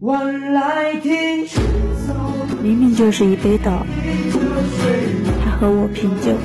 晚来听明明就是一杯倒，他和我品酒。